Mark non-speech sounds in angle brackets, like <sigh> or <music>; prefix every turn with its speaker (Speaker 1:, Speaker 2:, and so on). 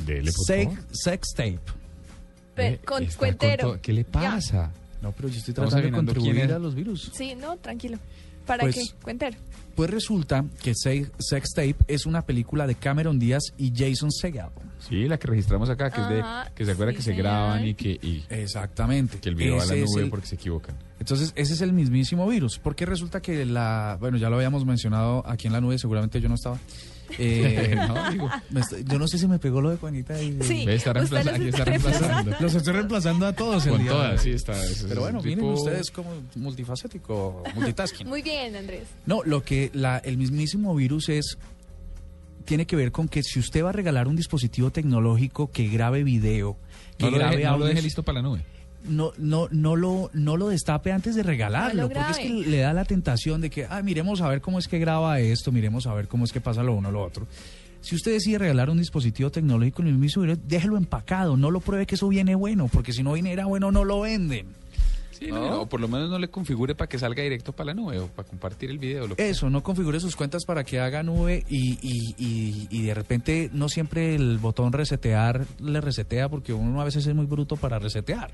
Speaker 1: Dele, por
Speaker 2: Sex,
Speaker 1: favor.
Speaker 2: sex tape.
Speaker 3: Pe-
Speaker 1: Eh,
Speaker 3: con-
Speaker 1: está
Speaker 3: cuentero.
Speaker 1: todo- ¿Qué le
Speaker 3: Ya.
Speaker 1: pasa?
Speaker 2: No, pero yo estoy
Speaker 1: Estamos
Speaker 2: tratando de
Speaker 1: adivinando quién
Speaker 2: contribuir
Speaker 1: es.
Speaker 2: a los virus.
Speaker 3: Sí, no, tranquilo. ¿Para
Speaker 2: Pues-
Speaker 3: qué? Cuentero.
Speaker 2: Pues resulta que Sex, Sex Tape es una película de Cameron Díaz y Jason Segel.
Speaker 1: Sí, la que registramos acá, que es
Speaker 3: Ajá,
Speaker 1: de que se acuerda
Speaker 3: sí,
Speaker 1: que se
Speaker 3: señor.
Speaker 1: graban y que, y
Speaker 2: Exactamente.
Speaker 1: que el video va a la
Speaker 2: Ese es
Speaker 1: nube
Speaker 2: el-
Speaker 1: porque se equivocan.
Speaker 2: Entonces, ese es el mismísimo virus, porque resulta que la, bueno, ya lo habíamos mencionado aquí en la nube, seguramente yo no estaba. <laughs>
Speaker 1: <laughs>
Speaker 2: Eh,
Speaker 1: No, amigo.
Speaker 2: me estoy- yo no sé si me pegó lo de Juanita. y-
Speaker 3: Sí.
Speaker 1: Ve, está
Speaker 3: Usted
Speaker 1: reemplazando.
Speaker 3: los
Speaker 1: Aquí está
Speaker 3: está
Speaker 1: reemplazando.
Speaker 2: Los estoy reemplazando a todos el
Speaker 1: Con
Speaker 2: día de
Speaker 1: todas,
Speaker 2: hoy.
Speaker 1: sí, está. es- es
Speaker 2: Pero bueno,
Speaker 1: un
Speaker 2: miren
Speaker 1: tipo-
Speaker 2: ustedes como multifacético, multitasking.
Speaker 3: Muy bien, Andrés.
Speaker 2: No, lo que la- el mismísimo virus es tiene que ver con que si usted va a regalar un dispositivo tecnológico que grabe video, que
Speaker 1: No lo,
Speaker 2: grabe
Speaker 1: deje, no lo deje
Speaker 2: audios,
Speaker 1: listo para la nube.
Speaker 2: no, no, no, lo, no lo destape antes de regalarlo,
Speaker 3: No lo
Speaker 2: porque es que
Speaker 3: grabe.
Speaker 2: le da la tentación de que, ah, miremos a ver cómo es que graba esto, miremos a ver cómo es que pasa lo uno o lo otro. Si usted decide regalar un dispositivo tecnológico en el mismo video, déjelo empacado, no lo pruebe que eso viene bueno, porque si no viene era bueno, no lo venden.
Speaker 1: Sí, no, o por lo menos no le configure para que salga directo para la nube o para compartir el video. Lo que-
Speaker 2: Eso, no configure sus cuentas para que haga nube y, y, y, y de repente no siempre el botón resetear le resetea, porque uno a veces es muy bruto para resetear.